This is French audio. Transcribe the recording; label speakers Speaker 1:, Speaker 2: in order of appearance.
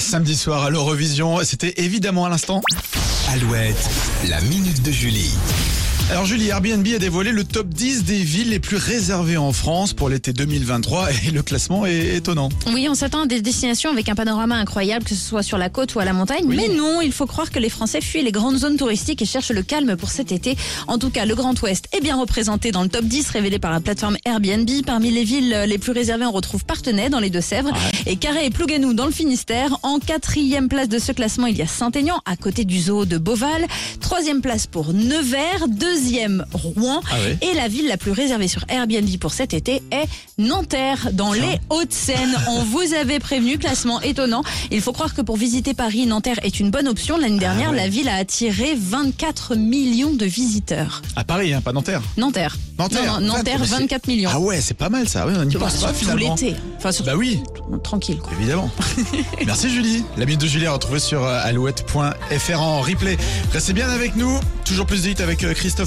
Speaker 1: Samedi soir à l'Eurovision, c'était évidemment à l'instant.
Speaker 2: Alouette, la minute de Julie.
Speaker 1: Alors Julie, Airbnb a dévoilé le top 10 des villes les plus réservées en France pour l'été 2023 et le classement est étonnant.
Speaker 3: Oui, on s'attend à des destinations avec un panorama incroyable, que ce soit sur la côte ou à la montagne. Mais non, il faut croire que les Français fuient les grandes zones touristiques et cherchent le calme pour cet été. En tout cas, le Grand Ouest est bien représenté dans le top 10 révélé par la plateforme Airbnb. Parmi les villes les plus réservées, on retrouve Partenay dans les Deux-Sèvres et Carré et Plouguenou dans le Finistère. En quatrième place de ce classement, il y a Saint-Aignan, à côté du zoo de Beauval. Troisième place pour Nevers. Deuxième, Rouen.
Speaker 1: Ah ouais
Speaker 3: Et la ville la plus réservée sur Airbnb pour cet été est Nanterre, dans les
Speaker 1: Ah.
Speaker 3: Hauts-de-Seine. On vous avait prévenu, classement étonnant. Il faut croire que pour visiter Paris, Nanterre est une bonne option.
Speaker 1: Ah
Speaker 3: L'année dernière, la ville a attiré 24 millions de visiteurs.
Speaker 1: À Paris, hein, pas Nanterre.
Speaker 3: Nanterre.
Speaker 1: Nanterre,
Speaker 3: Non, non, Nanterre,
Speaker 1: 24,
Speaker 3: 24 millions.
Speaker 1: Ah ouais, c'est pas mal ça, oui, on n'y
Speaker 3: Bah,
Speaker 1: pense pas
Speaker 3: surtout
Speaker 1: finalement.
Speaker 3: l'été. Enfin, surtout-
Speaker 1: Bah oui,
Speaker 3: tranquille, quoi.
Speaker 1: évidemment. Merci Julie. La minute de Julie est retrouvée sur euh, alouette.fr en replay. Restez bien avec nous, toujours plus de hits avec euh, Christophe.